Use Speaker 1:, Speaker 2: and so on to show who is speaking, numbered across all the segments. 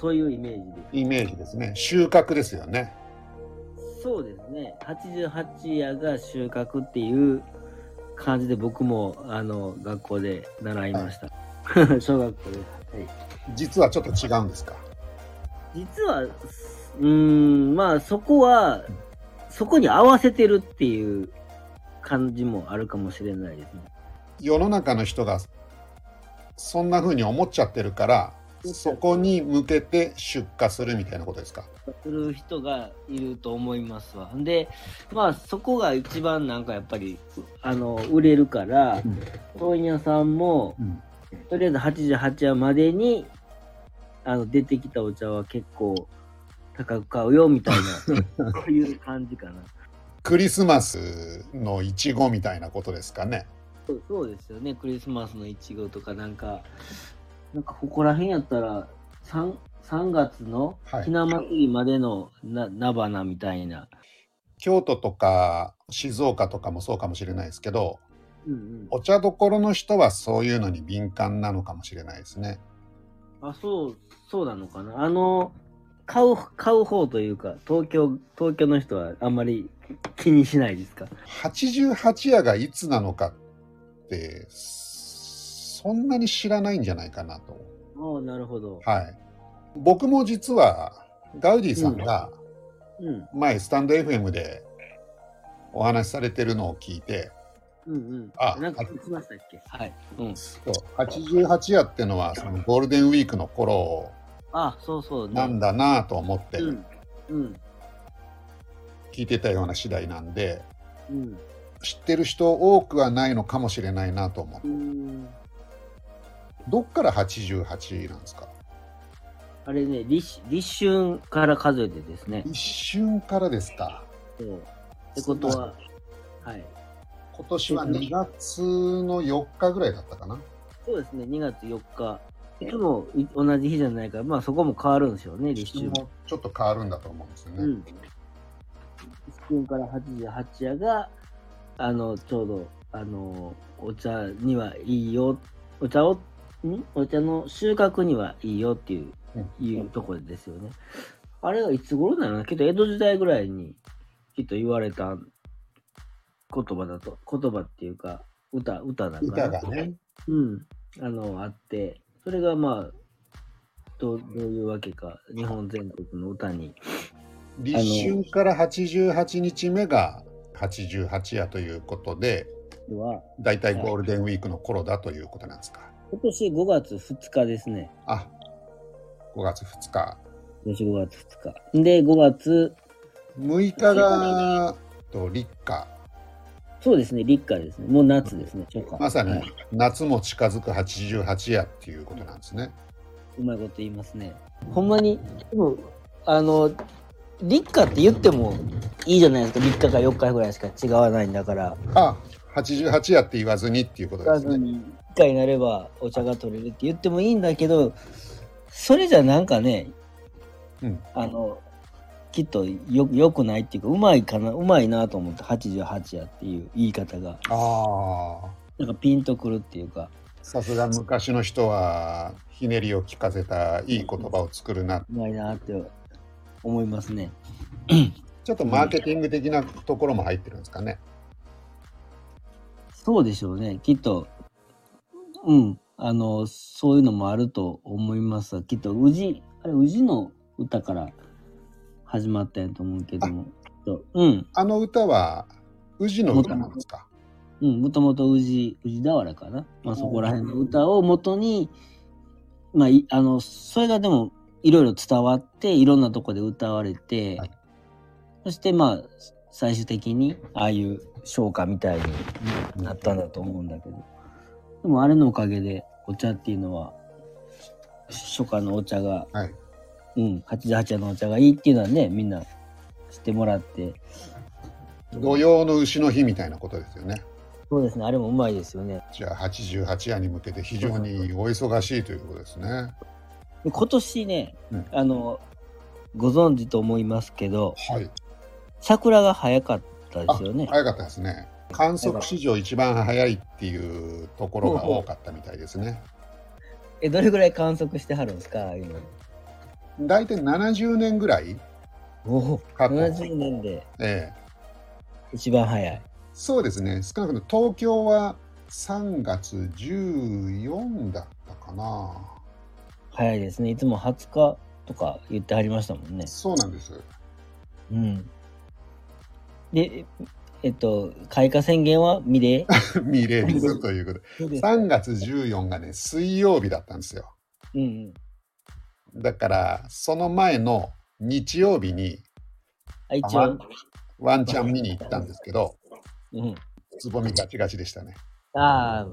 Speaker 1: そういうイメージで
Speaker 2: イメージですね。収穫ですよね。
Speaker 1: す。そうですね。88夜が収穫っていう感じで僕もあの学校で習いました。 小学校で。
Speaker 2: 実はちょっと違うんですか。
Speaker 1: 実は、うーん、まあそこは、そこに合わせてるっていう感じもあるかもしれないですね。
Speaker 2: 世の中の人がそんな風に思っちゃってるから、そこに向けて出荷するみたいなことですか。
Speaker 1: する人がいると思いますわ。で、まあそこが一番なんかやっぱり、あの、売れるから、問屋さんも、
Speaker 2: うん
Speaker 1: とりあえず88夜までに、あの、出てきたお茶は結構高く買うよみ たいな、そういう感じかな。
Speaker 2: クリスマスのいちごみたいなことですかね。
Speaker 1: そうそうですよね、クリスマスのいちごとかなんか、なんかここら辺やったら3、3月の
Speaker 2: はい
Speaker 1: ひな祭りまでのな菜花みたいな。
Speaker 2: 京都とか静岡とかもそうかもしれないですけど、
Speaker 1: うんうん、
Speaker 2: お茶どころの人はそういうのに敏感なのかもしれないですね。
Speaker 1: あ、そう、そうなのかな。あの、買う、買う方というか、東京、東京の人はあんまり気にしないですか。
Speaker 2: 88夜がいつなのかってそんなに知らないんじゃないかなと。
Speaker 1: ああ、なるほど。
Speaker 2: はい、僕も実はガウディさんが
Speaker 1: うん、
Speaker 2: 前スタンド FM でお話しされてるのを聞いて
Speaker 1: うん、うん。
Speaker 2: あ
Speaker 1: なんか聞きましたっけはい。うん。
Speaker 2: 88夜ってのはそのゴールデンウィークの頃
Speaker 1: あ、そうそう。
Speaker 2: なんだなぁと思って
Speaker 1: うん。うん。
Speaker 2: 聞いてたような次第なんで
Speaker 1: うん。
Speaker 2: 知ってる人多くはないのかもしれないなと思う
Speaker 1: うん
Speaker 2: どっから88なんですか
Speaker 1: あれね、立立春から数えてですね。
Speaker 2: 一瞬からですか
Speaker 1: そうってことは、はい。
Speaker 2: 今年は2月の4日ぐらいだったかな
Speaker 1: そうですね、2月4日。いつもい同じ日じゃないから、まあそこも変わるんですよね、立
Speaker 2: 一瞬
Speaker 1: 春も。
Speaker 2: もちょっと変わるんだと思うんですよね、
Speaker 1: うん。立春から88夜が、あの、ちょうど、あの、お茶にはいいよ、お茶を、んお茶の収穫にはいいよっていう、
Speaker 2: う
Speaker 1: いうところですよね。あれはいつ頃なのきっと江戸時代ぐらいにきっと言われた言葉だと、言葉っていうか、歌、歌だから。
Speaker 2: 歌がね。
Speaker 1: うん。あの、あって、それがまあ、どうどういうわけか、日本全国の歌に。
Speaker 2: 立春から88日目が88夜ということで
Speaker 1: は、
Speaker 2: だいたいゴールデンウィークの頃だということなんですか、
Speaker 1: 今年5月2日ですね。
Speaker 2: あ5月2日
Speaker 1: 今年5月2日。で、5月、
Speaker 2: 6日がと立夏
Speaker 1: そうですね、立夏ですね。もう夏ですね、初夏。
Speaker 2: ま
Speaker 1: は
Speaker 2: さに
Speaker 1: い
Speaker 2: 夏も近づく88夜っていうことなんですね
Speaker 1: うまいこと言いますね。ほんまに、でも、あの、立夏って言ってもいいじゃないですか。立夏か4日ぐらいしか違わないんだから。
Speaker 2: あ88夜って言わずにっていうことですね
Speaker 1: 1回になればお茶が取れるって言ってもいいんだけど、それじゃなんかね、
Speaker 2: うん
Speaker 1: あの、きっとよよくないっていうか、うまいかな、うまいなと思って、88やっていう言い方が、
Speaker 2: ああ
Speaker 1: なんかピンとくるっていうか、
Speaker 2: さすが昔の人はひねりを聞かせたいい言葉を作るな
Speaker 1: うまいなって思いますね。
Speaker 2: ちょっとマーケティング的なところも入ってるんですかね
Speaker 1: そうでしょうね。きっと、うん、あの、そういうのもあると思いますわきっと、宇治、あれ、宇治の歌から始まったんやと思うけども、きっとうん、
Speaker 2: あの歌は宇治の歌なんですか
Speaker 1: うん、もともと宇治、宇治俵かな。まあ、そこら辺の歌を元に、まあ、いあの、それがでも、いろいろ伝わって、いろんなとこで歌われて、
Speaker 2: はい
Speaker 1: そして、まあ、最終的に、ああいう唱歌みたいになったんだと思うんだけど。でも、あれのおかげで、お茶っていうのは、初夏のお茶が、
Speaker 2: はい
Speaker 1: うん、88夜のお茶がいいっていうのはね、みんな知ってもらって、
Speaker 2: 土曜の牛の日みたいなことですよね
Speaker 1: そうですね、あれもうまいですよね。
Speaker 2: じゃあ88夜に向けて非常にお忙しいということですね
Speaker 1: 今年ね、
Speaker 2: うん
Speaker 1: あのご存知と思いますけど
Speaker 2: はい
Speaker 1: 桜が早かったですよね。
Speaker 2: 早かったですね観測史上一番早いっていうところが多かったみたいですね
Speaker 1: えどれぐらい観測してはるんですか今
Speaker 2: 大体70年ぐらい、
Speaker 1: おお、
Speaker 2: 過去
Speaker 1: 70年で
Speaker 2: ええ
Speaker 1: 一番早い。
Speaker 2: そうですね少なくとも東京は3月14だったかな
Speaker 1: 早いですね。いつも20日とか言ってはりましたもんね。
Speaker 2: そうなんです
Speaker 1: うん。で、えっと、開花宣言は未 で
Speaker 2: ミレービスということで3月14がね水曜日だったんですよ
Speaker 1: うんうん。
Speaker 2: だからその前の日曜日に
Speaker 1: あ、一
Speaker 2: あ
Speaker 1: 応。
Speaker 2: ワンちゃん見に行ったんですけど
Speaker 1: うん。
Speaker 2: つぼみガチガチでしたね
Speaker 1: あ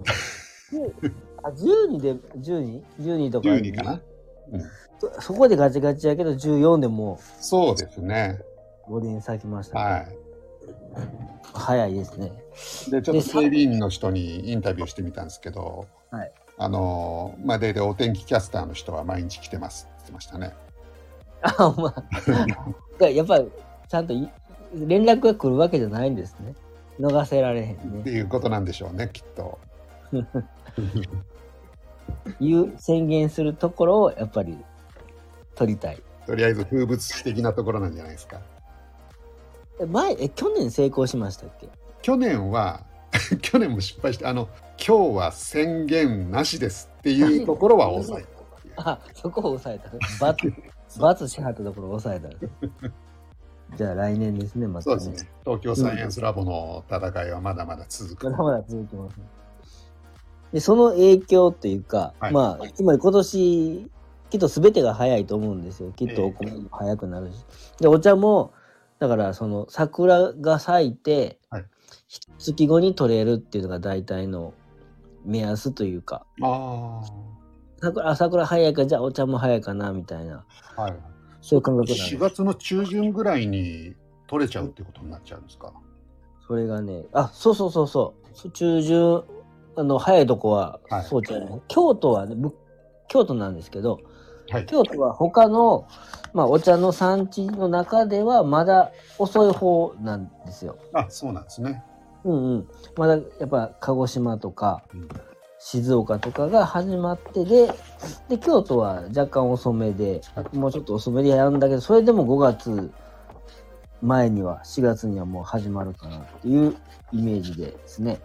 Speaker 1: ーあ、12で、12?12 とか。
Speaker 2: 12かな
Speaker 1: そそこでガチガチやけど、14でも
Speaker 2: そうですね
Speaker 1: う5輪咲きました、
Speaker 2: は
Speaker 1: 早いですね。
Speaker 2: いでちょっと
Speaker 1: で
Speaker 2: 警
Speaker 1: さ
Speaker 2: 備員の人にインタビューしてみたんですけど、
Speaker 1: はい
Speaker 2: あのまあででお天気キャスターの人は毎日来てますって言ってましたね
Speaker 1: あ、まあ。やっぱ、ちゃんとい連絡が来るわけじゃないんですね。逃せられへん
Speaker 2: って
Speaker 1: ね。
Speaker 2: いうことなんでしょうねきっ と
Speaker 1: いう宣言するところを、やっぱり、取りたい。
Speaker 2: とりあえず風物詩的なところなんじゃないですか
Speaker 1: え前、え、去年成功しましたっけ
Speaker 2: 去年は 去年も失敗してあの今日は宣言なしですっていうところは抑えたっていう
Speaker 1: あ、そこを抑えた。バ ツ、バツしはったところを抑えたんです。じゃあ来年ですね、また
Speaker 2: そう
Speaker 1: ね。
Speaker 2: ですね東京サイエンスラボの戦いはまだまだ続く
Speaker 1: まだまだ続きます、ね。で、その影響というか、
Speaker 2: はい
Speaker 1: まあ、つまり今年、きっと全てが早いと思うんですよ。きっとお米も早くなるし。で、お茶も、だから、その、桜が咲いて、
Speaker 2: はい
Speaker 1: ひ月後に取れるっていうのが大体の目安というか、
Speaker 2: あ
Speaker 1: 桜あ桜早いか、じゃあお茶も早いかな、みたいな、
Speaker 2: あはい
Speaker 1: そういう感覚なんで
Speaker 2: 4
Speaker 1: す。
Speaker 2: 月の中旬ぐらいに取れちゃうっていうことになっちゃうんですか
Speaker 1: それがね、あ、そうそうそうそう、そ中旬、あの、早いとこは
Speaker 2: はい、
Speaker 1: そうじゃない。京都はね、ぶ京都なんですけど、
Speaker 2: はい
Speaker 1: 京都は他の、まあ、お茶の産地の中ではまだ遅い方なんですよ。
Speaker 2: あそうなんですね
Speaker 1: うんうん。まだやっぱ鹿児島とか
Speaker 2: うん
Speaker 1: 静岡とかが始まってで、で、京都は若干遅めで、もうちょっと遅めでやるんだけど、それでも5月前には、4月にはもう始まるかなっていうイメージでですね。